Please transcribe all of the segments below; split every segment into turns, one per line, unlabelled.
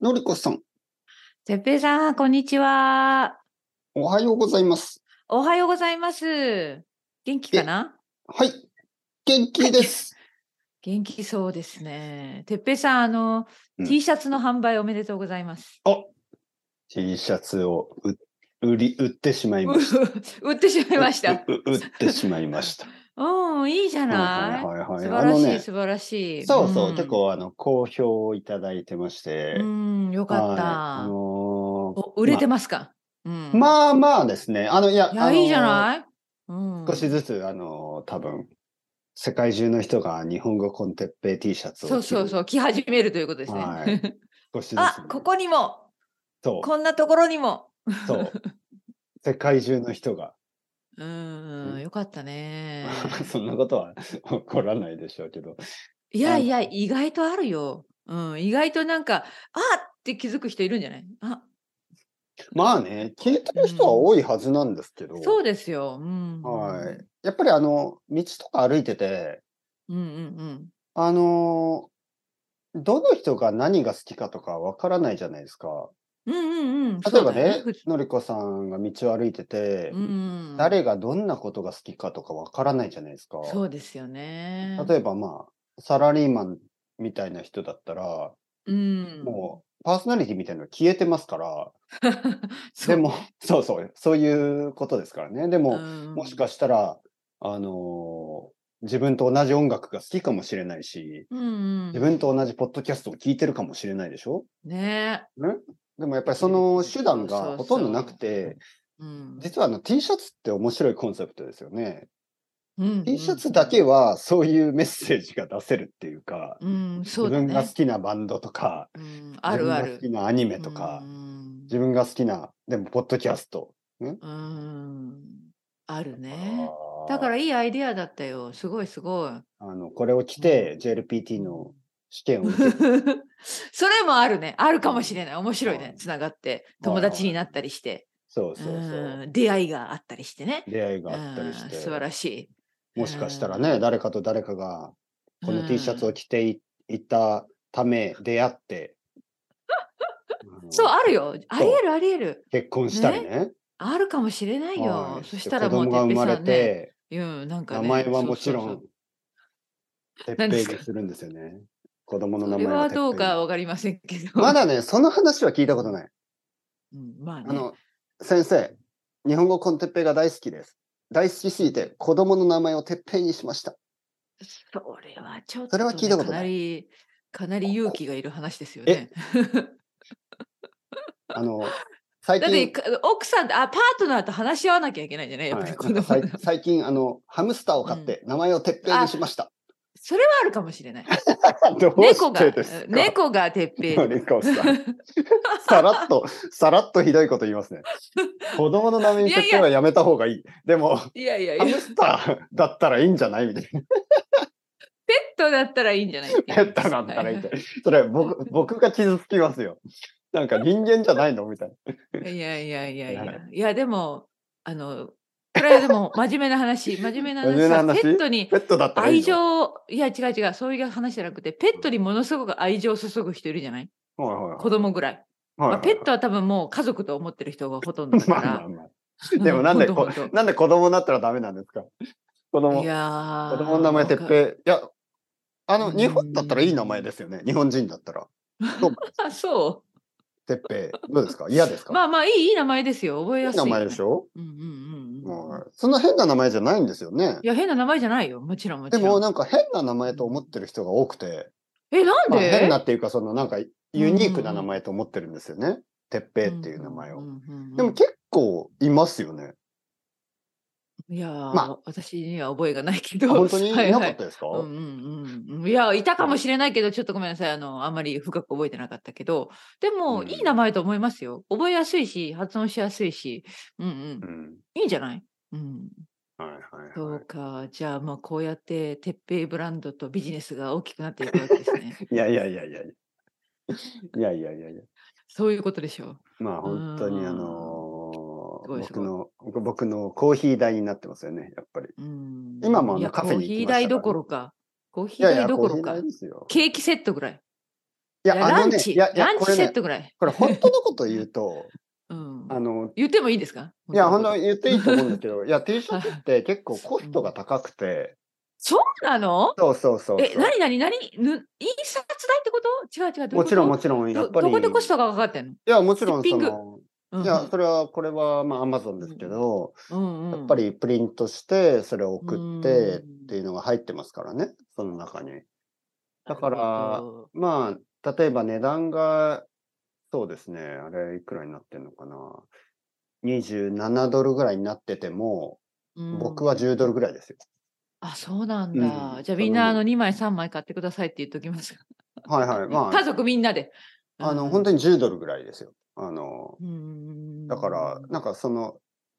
のりこさん、
てっぺいさん、こんにちは。
おはようございます。
おはようございます。元気かな
はい、元気です。
元気そうですね。てっぺいさん、あの、
うん
T シャツの販売おめでとうございます。
T シャツをう売り売ってしまいました。
売ってしまいまし
う
た。
う売ってしまいま した。
うん、いいじゃない。
はいはいはい
素
はい。あ
晴ら
の
しい、
ね、
素晴らしい。
そうそう、
ん
結。構あの好評をいただいてまして、
うん、よかっ
はい
た。
あのー
お売れてますか、うん。
まあまあですね。あのいや
い
あ
や、
のー
いいじゃない、うん、
少しずつあのー多分世界中の人が日本語コンテッペイ T シャツを着
そう
る
そうそう、着始めるということですね。
は少しずつ
あ、ここにも、
そう
こんなところにも。
そう。世界中の人が、
うん、よかっ たね。
そんなことは起こらないでしょうけど。
いや
あ
いや、意外とあるよ。うん、意外となんか、あって気づく人いるんじゃないあ、
まあね、聞いてる人は多いはずなんですけど、
そうですよ。うん。
はい。やっぱりあの、道とか歩いてて、
うんうん
あのーどの人が何が好きかとかわからないじゃないですか。
うん。うんうんうん。
例えばね
そうだよ普通、
のりこさんが道を歩いてて、
うん、
誰がどんなことが好きかとかわからないじゃないですか。
そうですよね。
例えばまあ、サラリーマンみたいな人だったら、
うん、
もうパーソナリティみたいなの消えてますから、
そ
で
う
も、そうそう、そういうことですからね。でも、
ん
もしかしたら、あのー自分と同じ音楽が好きかもしれないし、
うんうん、
自分と同じポッドキャストを聞いてるかもしれないでしょ
ね
ねでもやっぱりその手段がほとんどなく
そうそう
て、
うん
実はあの T シャツって面白いコンセプトですよね。
うんうん
T シャツだけはそういうメッセージが出せるっていうか、
うん、
自
そうだ
分が
ね
好。きなバンドとか、
うん、あるあ
自分が好き
る。
なアニメとか
う、ん
自分が好きな、でもポッドキャスト。
うん、あるね。
あー
だからいいアイデアだったよ。すごいすごい。
あの、これを着て JLPT の試験を受ける。
それもあるね。あるかもしれない。面白いね。つながって、友達になったりして、
そうそうそう。
うん出会いがあったりしてね。
出会いがあったり
う
し
ん素晴
て。
らしい。
もしかしたらね、誰かと誰かがこの T シャツ
を、
を着ていいたため出会って。あの
そう、あるよ。ありえるありえる。
結婚したりね。
あるかもしれないよ。
はい
そしたら
子
もう、
供が生まれ
哲平さんね、
て、
うん、なんか、
名
ね、
前はもちろ
そうそうんそう、
てっぺい
何
に
ですか
するんですよね。子供の
そ
名前
れ
は
は
てっぺい
どうかわかりませんけど。
まだね、その話は聞いたことない。
うん、まあ、ね、
あの、先生、日本語コンテッペイが大好きです。大好きすぎて、子供の名前をてっぺいにしました。
それはちょっと、ね、
それは聞いたことない
かなり、かなり勇気がいる話ですよね。
あの、最
だって
近、
か奥さんとあパートナーと話し合わなきゃいけないんじゃないやっぱ
はい
り
なんか
子供
さい
の
最近、あの、ハムスターを買って、名前をてっぺいにしました。
それはあるかもしれ ない。
どう
猫
し
が
てですか、
猫がてっぺいとか。
猫さん。さらっと、さらっとひどいこと言いますね。子供の名前にてっぺいはやめた方がいい。でも、ハ
いやいやいや、
ム
ペッ
スターだったらいいんじゃないみたいな。
トだったらいいんじゃない
ペットだったらいいって。それ、僕、僕が傷つきますよ。なんか人間じゃないのみたいな。
いやいやいやいや
はい。
いや、でも、あの、これはでも、真面目な話、真面目な
真面目
話
な
さ、
話
ペットに
ペットだったらいい
愛
の。
情を、いや、違う違う、そういう話じゃなくて、ペットにものすごく愛情を注ぐ人いるじゃない
はいはいはい
子供ぐらい。
はい
ま
は
あ、
い
ペットは多分もう家族と思ってる人がほとんどだか
まあまあ
ら。
まあ。 でもなんで
うん
こ
ほんとほんと
なんで子供になったらダメなんですか子供、
い
子
やー
供の名前てっ
わ
ぺい。いや、あの、
うん
日本だったらいい名前ですよね。日本人だった ら。どう
かあ、そ
てっぺい。どうですか嫌です
う。
か、
まあまあ、いい、いい名前ですよ。覚え
い
や
い
すいよ
名
ね。
前でしょ、
うんうんうんうん。
はいそんな変な名前じゃないんですよね
い。や、変な名前じゃないよ。もちろんも
で
ち
も
ろん。
なんか変な名前と思ってる人が多くて、
え、なん
まあ、
で
変なっていうかそのなんかユニークな名前と思ってるんですよね。てっぺいっていう名前
う
を。
んうんうんうん
でも結構いますよね。
いやー、
ま
私には覚えがないけど。
本当にい
はい
な
は
かっ
い
たですか、
うんうんうん、いやいたかもしれないけどちょっとごめんなさいあのあんまり深く覚えてなかったけどでも、
うん
いい名前と思いますよ覚えやすいし発音しやすいし、うんうん
う、ん。
いいんじゃない、うん、
はいはい、
そ
は
うかじゃあまあこうやって鉄平ブランドとビジネスが大きくなっていくわけで すね
い。いやいやいやいやいや。いやいやいやいや。
そういうことでしょう
まあ本当にあ
う
の
ん
ー
すごいす
僕
ごい
の僕僕のコーヒー代になってますよね、やっぱり。
うん、
今もあの
いや
カフェに行きましたからね
コーヒー代どころかコーヒ
い
ー
やいや、
代ど
コ
こ
ーヒ
ろ
ー
か
代ですよ。
ケーキセットぐらい
い
いや
や、あ
ラ
の
ン
ね、
チ、
いや、いや
ラン
こ
チ
れ
セ
ね
ッ、トぐらい。
これ本当のこと言う と、
うん、
あの、
言ってもいいですか
いや、本
本
当
当の こと
言っていいと思うんですけど、いや、T シャツって結構コストが高くて、
そうなの
そうそうそうそう。
え、なになになにぬ印刷代ってこと違う違う。どういうこ と
もちろんもちろん、やっ
ど
ぱり。
どこでコストがかかってんの
いや、もちろん、
シッ
そ
ピング
の、
う
い
ん
や、それは、これは、まあ、アマゾンですけど、
うんうん
やっぱりプリントして、それを送ってっていうのが入ってますからね、その中に。だから、まあ、例えば値段が、そうですね、あれ、いくらになってんのかな。27ドルぐらいになってても、
うん
僕は10ドルぐらいですよ。
あ、そうなんだ。
うん
じゃあみんなあ
そ
の2枚3枚買ってくださいって言っときますか。
はいはい。ま
家
あ、
族みんなで。
あの、本当に10ドルぐらいですよ。あの、
に
だから、なんかその、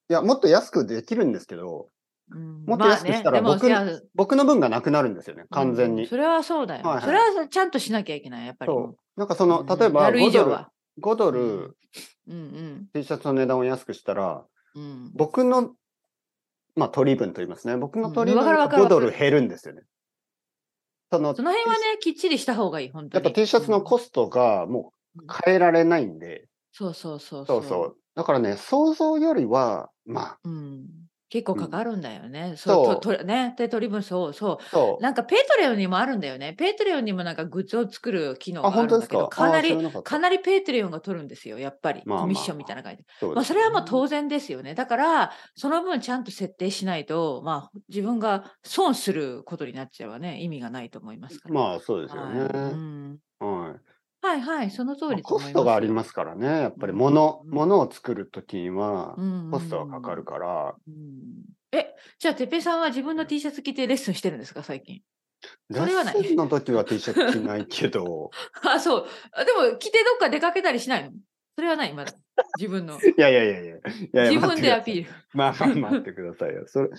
いや、もっと安くできるんですけど、
も
もっと安くしたら僕の僕の分がなくなるんですよね、完全に。
それはそうだよ。
はいはい
それはちゃんとしなきゃいけない、やっぱりもう。
なんかその、
うん
例えば
やる以
5ド
上
ル、
は。
5ド
うん
ル T シャツの値段を安くしたら、
うんうん。
僕の、まあ、取り分と言いますね。僕の
うん
取り分
わかる
が
わかる
5ドル減るんですよね。その
そ、の辺はね、きっちりした方がいい、本当
やっ
に。
ぱ T シャツの
うん
コストがもう変えられないんで、
そうそうそう。
そうそう。だからね、想像よりは、ま
うん。結構かかるんだよね。
そ
そううとと。ね。で、取り分、そうそう。
あ、そう。
なんかペイトレオンにもあるんだよね。ペイトレオンにもなんかグッズを作る機能
あ、
があ
本
る
当
ん
で
だ
す
けど、
か
かな
あー知ら
り、
なかった
かなりペイトレオンが取るんですよ、やっぱり。
まあまあ
コミッションみたいな感じで。
そうです
まあ、それはまあ当然ですよね。だから、その分ちゃんと設定しないと、まあ自分が損することになっちゃうわね。意味がないと思いますから。
まあ、そうですよ
はい
ね。
うん
はい。
はいはい、その通
まあ
り
コストがありますからね、やっぱり物、
うん
物を作るときには
す。、うん
コストがかかる。から、
うんえ、じゃあ、てっぺいさんは自分の T シャツ着てレッスンしてるんですか、最近。
レ
それはない
ッスンの時は T シャツ着ないけど、
あ、そう。あでも、着てどっか出かけたりしないのそれはない、まだ。自 分の。
いやいやいやいや、いやいや
自分でア
ール。
ピール。
まあまあ待ってくださいよ。それ、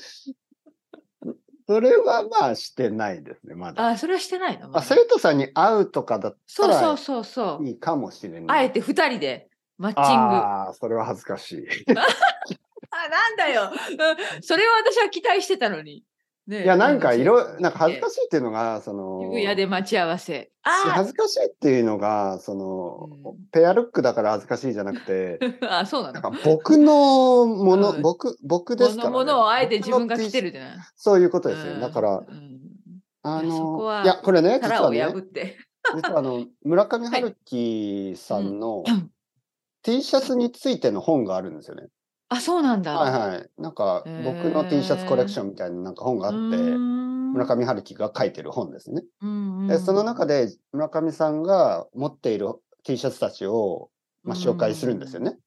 それはまあしてないですね、まだ。
あ、それはしてないの、ま
あ
だ
生徒さんに会うとかだった
そうそう
ら
そうそう。
いいかもしれな
あ
い。
えて二人でマッチング。あ
ああ、それは恥ずかしい。
なんだよ。うんそれは私は期待してたのに。ねえ
いや、なんかいろ、
うん
なんか恥ずかしいっていうのが、その、
渋谷で待ち合わせ。あ
恥ずかしいっていうのが、その、
うん
ペアルックだから恥ずかしいじゃなくて、
ーあ、そうな
なん
の。
か僕のもの、
うん
僕、僕で
こ
すから、
の
ね。
ものをあえて自分が着て
る。
るじゃない。
そういうことですよ。
うん
だから、
うん
あ
そこ
の
は、
いや、これね、実
殻
は
を破
ね
っ、て。
実はあの、村上春樹さんの
うん
T シャツについての本があるんですよね。
あ、そうなんだ。
はいはい。なんか、
へー
僕の T シャツコレクションみたいななんか本があって、村
村
上春樹が書いてる本ですね。
上
で、その中
で、
で村上さんが持っている T シャツたちを、まあ、紹介するんですよね。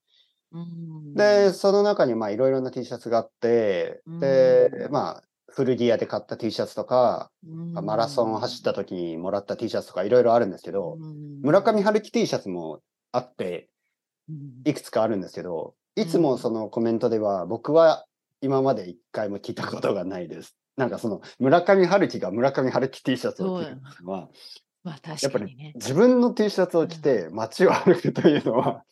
うん。
で、その中にまあいろいろな T シャツがあって、で、
うん
まあ、古着屋で買った T シャツとか、
うん
マラソンを走った時にもらった T シャツとかいろいろあるんですけど、
うん
村上春樹 T シャツもあって、
うん
いくつかあるんですけど、いつもそのコメントでは、僕は今まで一回も着たことがないです。なんかその村上春樹が村上春樹 T シャツを着るのは、
まあ
やっ
確
ぱ
か
り
にね。
自分の T シャツを着て街を歩くというの は、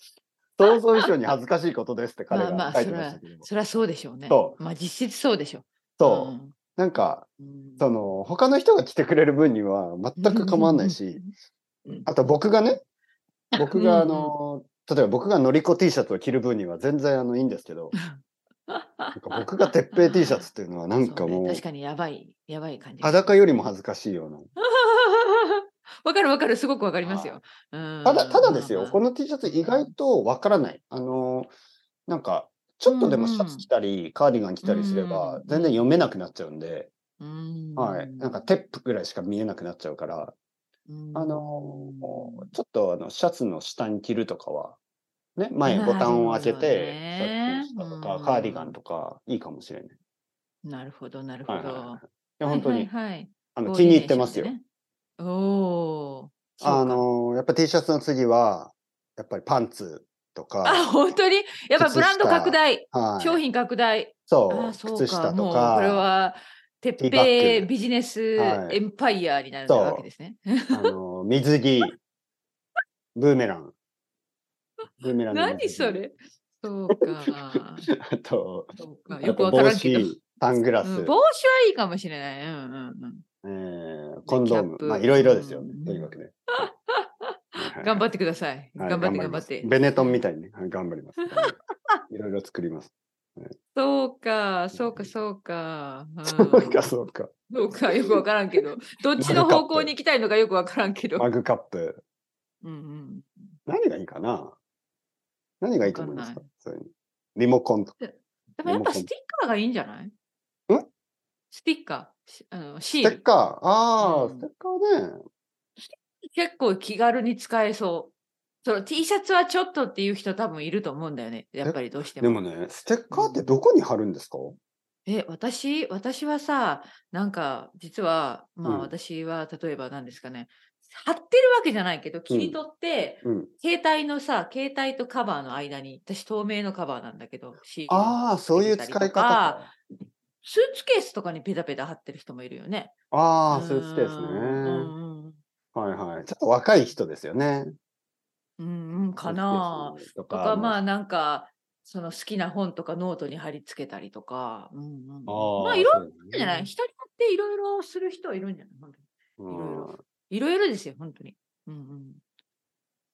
想像以上に恥ずかしいことですって彼
まあま
が
あ
書いてましたけど、
そりゃそうでしょうね。
そ
まあ実質そうでしょう。
そう、
ん
なんか、
うん
その、他の人が来てくれる分には全く構わないし、
うん
あと僕がね、僕
うんう
が
ん
あの、例えば僕がのりこ T シャツを着る分には全然あのいいんですけど、なんか僕が鉄平 T シャツっていうのはなんか
そう
もう
ね確、かにやばい、やばい感じ。
裸よりも恥ずかしいような。
わかるわかる、すごくわかりますよ。た
ただ、ただですよ、こ
の
の T シャツ意外とわからない。あの、なんか、ちょっとでもシャツ着たり、カーディガン着たりすれ
うんう
ば
ん、
全然読めなくなっちゃうんで、はい。なんか、テップぐらいしか見えなくなっちゃうから、あのーちょっとあのシャツの下に着るとかは、ね、前ボタンを開け
なるほ
て、
ど
シャ
ね
ツの下と
う
か
ん
カーディガンとかいいかもしれない。い
なるほど、なるほ
はいはいはい
ど。
や本当に、
はいはいはい
あの
コー
気
ディ
に入っ
ネーション
てますよ。
でねおーそうか
あのーやっぱ T シャツの次は、やっぱりパンツと
あ、
か、
本当にやっぱ
靴下
ブランド拡大、
はい、
商品拡大。
そ
あ、
う、
そう
靴下
か。
と
もうこれ
か、
は、てっ
ティーバッ
ぺ
グ
いビジネス
はい
エンパイアになるわけですね。
あのー水着、ブーメラン。ブーメランの水
何
着
それそう か。
あと、
そう
あ
か
と
よくわからんけど。
帽子、サングラス、
うん帽子はいいかもしれない。うんうんうん。
えーコンドーム
キャッ、プ
まあいろいろですよね
う。ん
というわけで。はい
頑張ってください。
はい
頑張って
り
頑張
ま
っ
す
て。
ベネトンみたいにね、はい頑張ります。はいいろいろ作ります。
そうか、そうか、そうか。うん
そうか、そうか。
そうか、よくわからんけど。どっちの方向に行きたいのかよくわからんけど。
マグカップ。
うんうん、
何がいいかな何がいいと思います
わ
か
か
それにリモコンとか。
でもやっぱスティッカーがいいんじゃないんスティッカーし。あのシ
ス
ー
テ
ル
ッ。カー。ああ、
うん
ステッカーね。
結構気軽に使えそう。その T シャツはちょっとっていう人多分いると思うんだよね。やっぱりどうして
で
も。
もね、ステッカーってどこに貼るんですか
え、私、私はさ、なんか、実は、ま
う
あ
ん
私は、例えば何ですかね、貼ってるわけじゃないけど、切り取って、
うん。
携帯のさ、携帯とカバーの間に、私透明のカバーなんだけど、シールの
ああ、そういう使い方か。
スーツケースとかにペタペタ貼ってる人もいるよね。
ああ、そういうスペース
う
ね。
んうん
はいはい。ちょっと若い人ですよね。
うんうん、かな
そういうスペースと
と
か。
か、まあなんか、その好きな本とかノートに貼り付けたりとか、うんうん、
あ、
まあいろいろ
ん
じゃない、人によっていろいろする人はいるんじゃない本当に
うん
いろいろいろいろですよ、本当に。うんうん、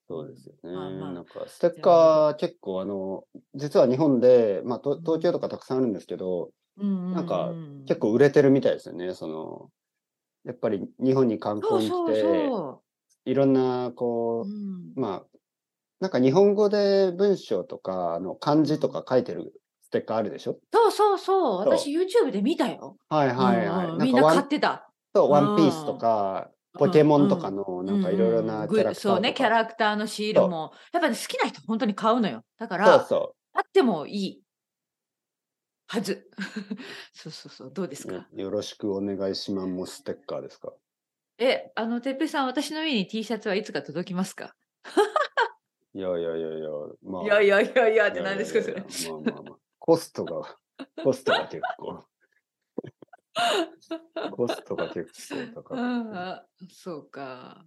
そうですよね。
まあまあ
なんか、ステッカー結構あの、実は日本で、まあと東京とかたくさんあるんですけど、
うんうう
なんか結構売れてるみたいですよね。その、やっぱり日本に観
そう
光に
そ
来
う
て、
そ
いろんな、
う。
こ
う
う、
ん
まあ、なんか日本語で文章とか、あの、漢字とか書いてるステッカーあるでしょ
そうそうそう、私 YouTube で見たよ。
はいはいはい。
うんうん
な
み
ん
ん
か
な
ワ
買
ン
ってた。
とワンピースとか、ポケモンとかの、
うん
なんかいろいろなキャラクターとか。
そうね、キャラクターのシールも。やっぱり好きな人、本当に買うのよ。だから、
そうそ
あってもいい。はず。 そうそうそう、どうです
う
か、
ね。よろしくお願いします。もうステッカーですか。
え、あの、てっぺいさん、私の家に T シャツはいつか届きますか、
いやいやいやいや、まあ。
いやい
や
やいやいや
い
っ
やい
て
や
何
いや、
ですか、それ。
まあまあまあ。コストが、コストが結構。コストが結構高
う
い。
んあそうか。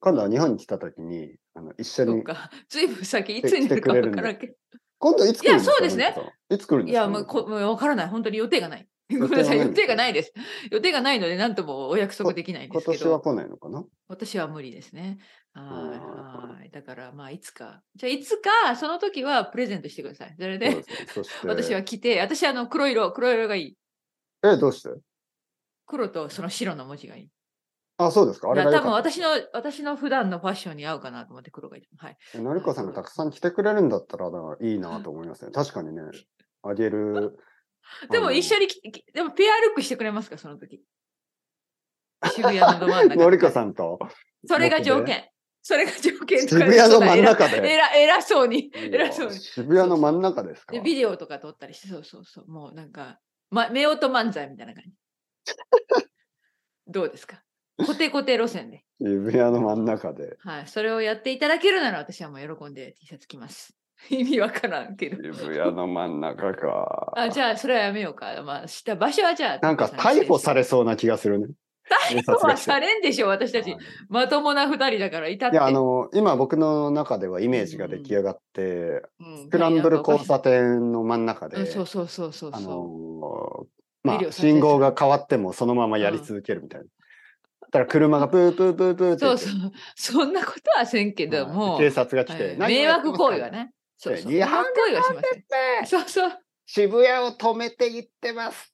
今度は日本に来た時に、あの一緒
そ
に
う。か。 ずいぶん先、いつになるか分からんけど。
今度いつ来るんですか
いやそうですね。
森田さんいつ来るん
い
ですか
や、もうこもう分からない。本当に予定がない。ご
予定がない
めんなさい、予定がないです。予定がないので、なんともお約束できないんで
今
すけ
年
ど。
は来ないのかな
私は無理ですね。
あ
はいはい。だから、まあ、いつか。じゃあ、いつか、その時はプレゼントしてください。それ
そう
で、
ですねそして、
私は着て、私、あの、黒色、黒色がいい。
え、どうして
黒とその白の文字がいい。
あ、そうですかあ
い
れ
や、
が良
多
かった
分私の、私の普段のファッションに合うかなと思って黒がいい。はい。
え成子さんがたくさん来てくれるんだったら、だからいいなと思いますね。確かにね、あげる。
でも、一緒
に。
に着着、でも、ペアルックしてくれますか、その時。渋谷のど真ん中。
のりこさんと
それが条
僕で
件。それが条件と
渋
か
谷の真ん中
えら
で。
えら偉そうに、偉そうに。
渋谷の真ん中ですか
で、ビデオとか撮ったりして、そうそうそう、もうなんか、ま、夫婦漫才みたいな感じ。どうですかコテコテ路線で。
渋谷の真ん中で。
はい。それをやっていただけるなら私はもう喜んで T シャツ着ます。意味わからんけど。
渋谷の真ん中か。
あ、じゃあ、それはやめようか。まあ、した場所はじゃあ。
なんか逮捕さ
れ
れそうな気がするね。逮
逮捕はされんでしょ、私たち。まともな二人だから、いたっ
い
て。
や、あの、今僕の中ではイメージが出来上がって、
うん、
スクランブル交
なんか
差点の真ん中
おかしいうん
で
そ、うそうそうそう
あ
そう。
のー
ビ
ま
デオ
あ、
撮影
信号が変わってもそのままやり続けるみたいな。だから車がプープープープーって
そ
言
う
って。
そう。そんなことはせんけど
はい
も。
警察が来
は
て
い、
何を
迷
やって
惑
ますか
行為は。ね。そうそう。
い
迷
や
惑行為はしません。そうそう。
渋谷を止めて行ってます。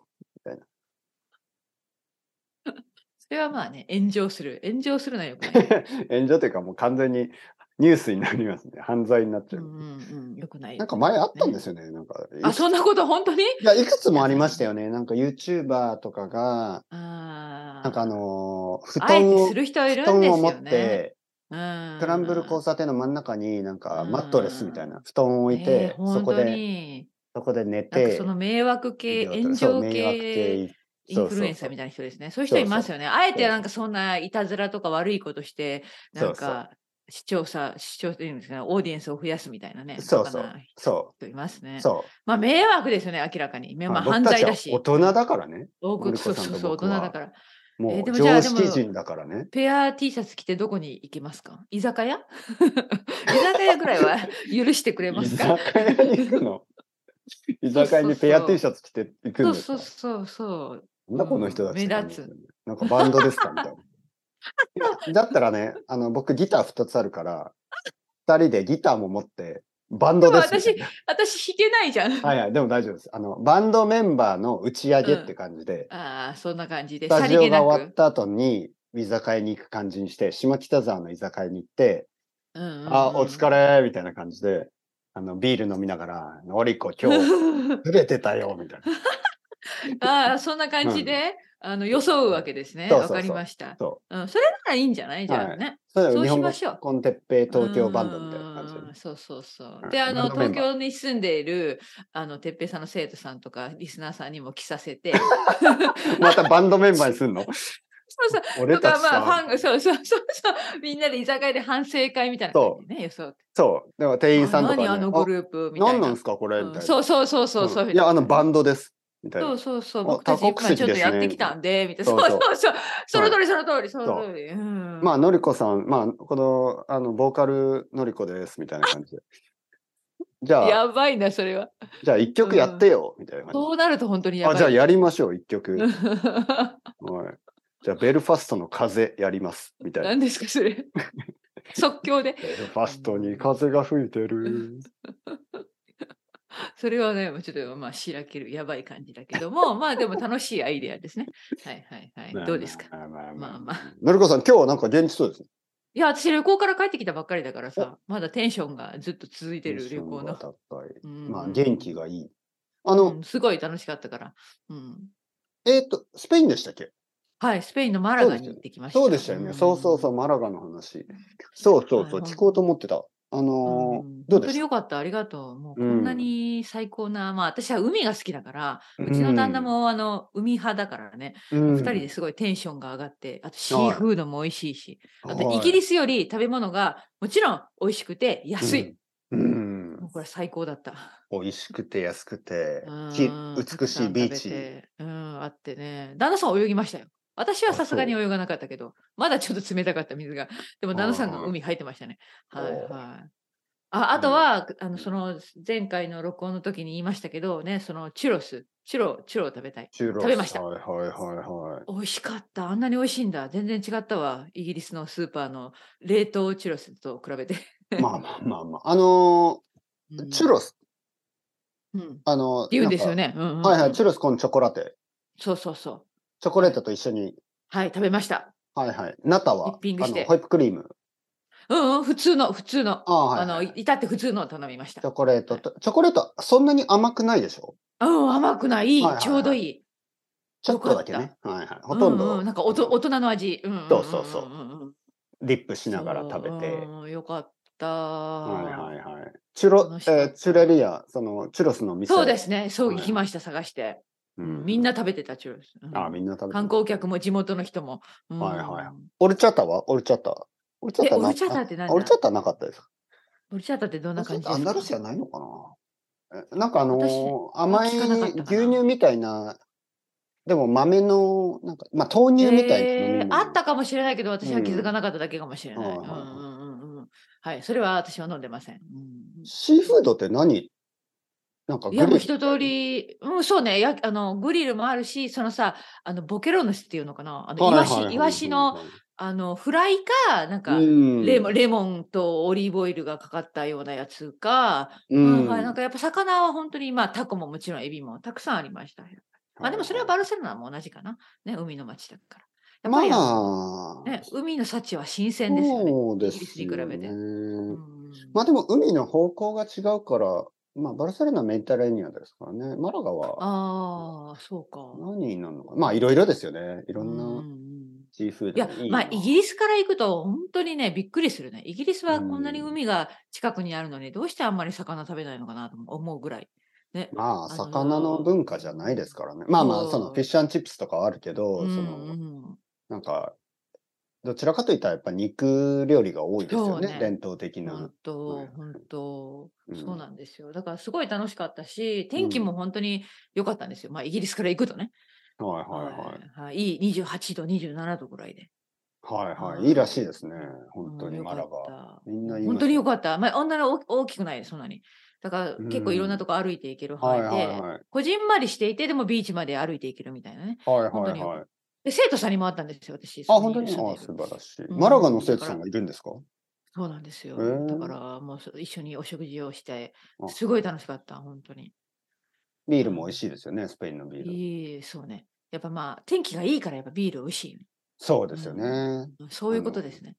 それはまあね、炎上する。炎上するのはよく ない。
炎上というかもう完全にニュースになりますね。犯罪になっち
う
ゃ
ん
う。
うんうん、よくない。
なんか前あったんですよね。なんか。
あ、そんなこと本当に
いや、いくつもありましたよね。なんか YouTuber とかが、
あ
なんかあ
の、
のー布
あえ
団
て
を、
する人はい
布
るん
団
です
を持
よ
っ
ね。
て、
ス
スクランブル交差点の真ん中になんか
うん
マットレスみたいな布団を置いて、そこで、そこで寝
なんか
て、
その迷惑系、
ビデオ撮るそう
炎上
迷惑
系。
系
インフルエンサーみ
たい
たいな人ですね。そういう人いますよね。あえてなんかそんないたずらとか悪いことして、なん
そうそ
か視聴者、視聴っていうんですかね、オーディエンスを増やすみたいなね。
そう
バ
そ
カな
う。そ
人いますね
う。。そ
まあ迷惑ですよね、明らかに。め
う。
まあ
僕
犯
たち
罪
は
だし。
大人だからね。
多
の
く
り
そ
こ
う
さんと
そうそう、大
僕
人
は
だから。
もう、
えーでもじゃあ
常
でも
識人だからね。
ペア T シャツ着てどこに行けますか居酒屋 居酒屋ぐらいは許してくれま
居
す
酒
か
屋に行く の。居酒屋にペア T シャツ着て行く
そ
ん
う
です
そう
か
そうそう。
なんだこの人たちって
目
感じ
立つ
ですよねなんかバンドですかみたいな。だ ったらね、あの、僕ギター2つあるから、2人でギターも持って、バンドですみたいな。
私弾けないじゃん。
はいはい、でも大丈夫です。あの、バンドメンバーの打ち上げって感じで、
ああ、そんな感じで。
スタ
さ
ジ
り
オ
げな
が終わっ
く。
た後に、居酒屋に行く感じにして、下北沢の居酒屋に行って、
うんうんうん
あ、お疲れみたいな感じで、あの、ビール飲みながら、のりこ今 日、触れてたよみたいな。
ああ、そんな感じで、あの、装うわけですね。
そうそう
わ
そう
かりました。。
そう
ん、それならいいんじゃないじゃあね。
それ
そう
日
し
本
ま
語
しょう
コンテッペイ東京バンドみたいな感じで
うんそうそうそうう。
ん
で、あ
バン
の、
ドメンバ
東
ー
京に住んでいる、あの、てっぺいさんの生徒さんとか、リスナーさんにも着させて、
またバンドメンバーにすんの
そうそ う。
俺
と
た
か、
ち
まあ、
さ
ファンが、そうそうそうそう。みんなで居酒屋で反省会みたいな感じでね、予想。
そう。でも店員さんとか、ね、
あ何あのグループみたいな。
何なんですかこれみたい
うん
な。
そうそうそうそう、そう
うん
う
いや、あの、バ
ン
ンドです。みたい
そ
な
う。そうそう、
あ
僕た
多
ち
国
今
籍
ちょっと
ですね
やってきたんで、みたいな。
そ
そうう
そう
そうそう。その通り、その通り、その通り。うん
まあ、のりこさん、まあ、この、あの、ボーカルのりこです。みたいな感 じで。じゃあ、
やばいな、それは。
じゃあ一曲やってよ、みたいな感
そうなると本当に
じ。
やば
あ、
い。
じゃあやりましょう、一曲。
や
はい。じゃあ、ベルファストの風やります。みたいな。
何ですか、そ れ。即興で。
ベルファストに風が吹いてる。
それはね、ちょっとまあ、しらける、やばい感じだけ ども、まあでも楽しいアイデアですね。はいはいはい。どうですか
まあまあまあ
まあ
ま
ま
あ
あ。
のりこさん、今日はなんか現地そうですね。
いや、私旅行から帰ってきたばっかりだからさ、まだテンションがずっと続いてる旅行の。
高い。
うん
まあ、元気がいい。あ
う
の、
んすごい楽しかったから。うん。
えっと、スペインでしたっけ
はい、スペインのマラガに行ってきました。
そうでしたよね。
ん
そうそうそう、マラガの話。そうそうそう、
はい
聞こうと思ってた。あの
う
ー、
ん
どうで
本当に
し
よかった、ありがとう。もうこ
うん
んなに最高な、まあ私は海が好きだから、
た
うちの旦那、もあの海派だからね、
二
二人ですごいテンションが上がって、あとシーフードも美味しいし、あとイギ
ス
リスより食べ物がもちろん美味しくて安い。。
うんうん
もうこれ最高だった。
美味しくて安くて
うん、
き
た
美
く
し
さ
い
ん
ビー
食べ
チ。
てうん、あってね。旦那さん泳ぎましたよ。私はさすがに泳がなかったけど、まだちょっと冷たかった水が。でも旦那さんが
はいはい
海入ってましたね。はい
おー
はい。ああとは、あの、その前回の録音の時に言いましたけどね、そのチュロス、チュロ、チュロを食べたい。
食
食べました
はいはいはい はい。
美味しかった。あんなに美味しいんだ。全然違ったわ。イギリスのスーパーの冷凍チュロスと比べて。
まあまあまあまあ。あの
う
ー、
ん
チュロス、
うん。
あのー、
言うんですよ
ね。
ね。うんうんうん
はいはい、チュロスコンチョコラテ。
そうそうそう。
チョコレートと一緒に。はい
はい、食べました。
はいはい。ナタは、
ッピング
あ
して
のホイップクリーム。
うんうん、普通の、普通の。
ああ、はい
あ
はい
の、
はい
い至って普通のを頼みました
チョ。コレートと、チョコレート、そんなに甘くないでしょ
うん、甘くない、いい
はいはいはい
ちょうどいい。
ちょっとだけ
よ
ね
か。
はいはい。ほとんど、
ううなんかおと大人の味。うんんんんん
そうそうそうん
んうん
ディップしながら食べて。
そうよかった。
はいはいはい。チュロ
楽、しかった
えーチュレリア、その、チュロスの店。
そうですね。そう、
はい
行きました、探して。
う。
みんな食べてた、チュロス。うん
あ、みんな食べてる
観光客も地元の人も。うん
はいはオルチャタはオルチャタ。オルチャタ
え
な
オルチャタって何だ
あオルチャタなかったですか
ボルチャータってどんな感じで
オルチャタア
す
ン
か
ダルシアないのかなえなんかあのー、
んま
甘い
聞かなかった
牛
な
乳みたいな、でも豆の、なんか、まあ豆乳みたいな飲み
えー
物。
あったかもしれないけど、私は気づかなかっただけかもしれない。
う
うんん
はいはいはい
うんうんうんはい、それは私は飲んでません。うん
シーフードって何なんか
いやも
ル
う一通。り、うん、そうねやあのグリルもあるしそのさあのボケロヌスっていうのかなあのイワシイワシの、あのフライかなんか、レモン
ン、
レモンとオリーブオイルがかかったようなやつか、
う
うん
ん
はい、なんかやっぱ魚は本当に、まあ、タコももちろんエビもたくさんありました。まあでもそれはバルセロナも同じかな、ね、海の町だから。やっぱり、
まあ、
ね、海の幸は新鮮ですよね。
そうです
イギリスに比べてう
ね。
ん
まあでも海の方向が違うから、まあバルセロナはメンタレーニアですからね。マラガは
ああ、そうか。
何になるのか。まあいろいろですよね。いろん
う
なんシーフード
いや
が、
ま
な
あ、イギリスから行くと、本当にね、びっくりするね。イギリスはこんなに
うん
海が近くにあるのに、どうしてあんまり魚食べないのかなと思うぐらい。ね。
まあ
あのー
魚の文化じゃないですからね。まあま
そ
あ
う
そのフィッシュアンチップスとかはあるけど、
うん
そうの
ん
なんか、どちらかといったらやっぱ肉料理が多いですよね。
そうね
伝統的な
本。
はいは
当
い、
本当、
うん
そうなんですよ。だからすごい楽しかったし、天気も本当に良かったんですよ。まあ、イギリスから行くとね。
はいはい
い、はい。いい28度、27度ぐらいで。
はい。はいは
はい
い。いいらしいですね。本当
うん
に
よ
マ
か
ラ
っ
ガ。
た。
みんな言います
本当に良かった。まあ、女の大きくないです、そんなに。だから
うん
結構いろんなとこ歩いていける範
はい
囲
はい
で、
はい。
こじんまりしていて、でもビーチまで歩いていけるみたいなね。
はい
本
は
当
い
に
はい。
で、生徒さんにも会ったんですよ、私。
あ、本当に
その
あ素晴らしい。
うん
マラガの生徒さんがいるんですか
そうなんですよ。
へー
だから、もうそ一緒にお食事をして
あ、
すごい楽しかった、本当に。
ビールも美味しいですよね、スペインのビール。
いい、そうね。やっぱまあ、天気がいいから、やっぱビール美味しいよね。
そうですよね。
そういうことですね。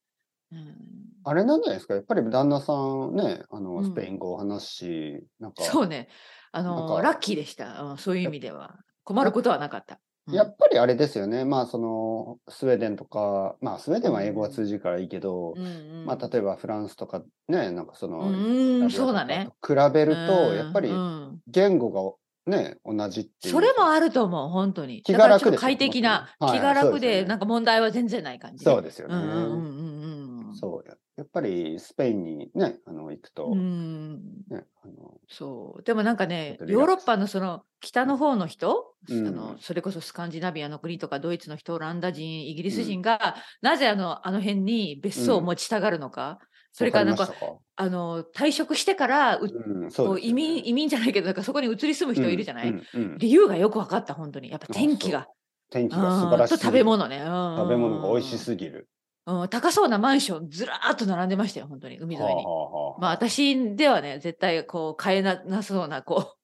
うん、
あれなんじゃないですかやっぱり旦那さんね、あの、
うん
スペイン語を話すし、なんか、
そうね。あ
なん
の、
か
ラッキーでした。うんそういう意味では。困ることはなかった。うん
やっぱりあれですよね。まあ、その、スウェーデンとか、まあ、スウェーデンは英語が通じるからいいけど、
うんうん
まあ、例えばフランスとかね、なんかその、
う
イタリア
ん、
とか
そうだね。
と比べると、
うん
やっぱり
うん
言語がね、同じっていう。
それもあると思う、本当に。
気が楽
だからちょっと
ですよ
快適な、
もちろんはい
気が楽
そうですよ
で、
ね
なんか問題は全然ない感じね。
そうですよね。
うんうんうんうん。
そうや。やっぱりスペインにね、あの、行くと、
うん。
ね、あの、
そう。でもなんか
ちょっ
ね
と、リラックス
ヨーロッパのその北の方の人、
うん
あのそれこそスカンジナビアの国とかドイツの人、オランダ人、イギリス人が、なぜあのあの辺に別荘を持ちたがるのか、それからなん
わ
か
りました
あの退職してからう、
うん、
こ
そう
う
です
移
よね、
民移民じゃないけど、なんかそこに移り住む人いるじゃない、
うんうんうん
理由がよく分かった、本当に。やっぱ天気
あ
が。
天気
うん
が素晴らしい。
と食べ。物ね。食
食べ物が美味しすぎる。
うん、高そうなマンションずらーっと並んでましたよ、本当に、海沿い
はあ
に。
はあはあ
まあ、私ではね、絶対こう、買えななそうな、こ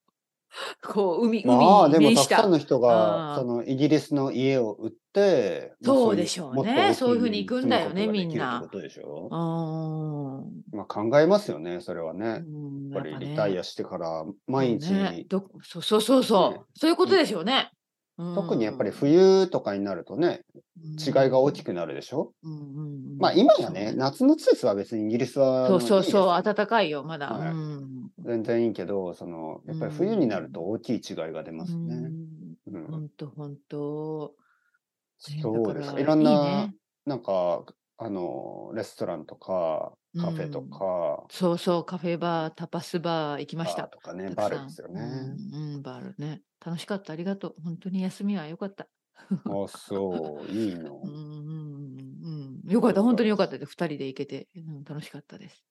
う、 こう、海、海
まあ、
に
でも
面
た
し
くさ
た
ん。の人
う
が、
ん
そのイギリスの家を売って、まあ
そうでしょうねそういうふうに行くんだよねみんな
そういう大きい家に住むことができるってことでし
う
ょ
ん。う
まあ考えますよね、それはね。
ん
やっぱりリタイアしてから毎日、
ねどそうそうそうそう、
ね
そういうことでしょうね。うん
特にやっぱり冬とかになるとね、違いが大き
く、
くなるでしょ、
うんうんうん
まあ今やね、夏の季節は別にイギリスは
そうそうそう、
あのいいですよ
暖かいよ、まだ。
はい
うん
全然いいけど、その、やっぱり冬になると大きい違いが出ますね。う
うんほ
ん。
んとほんと。ね
そうで
だ
す
か
ね。
ら
いろん
いい
な
ね、
なんか、あの、レストランとか、カフェとか、
そうそう、カフェバー、タパスバー行きまし
バー
た。
とかね、
た
バ
くさ
ル
ん
ですよね。
うん、うんバールね。楽しかった、ありがとう。本当に休みは良かった。
あ、そう、いいの
うん、う。んうんうん、よかった、本当に良かったで、二人で行けて、うん楽しかったです。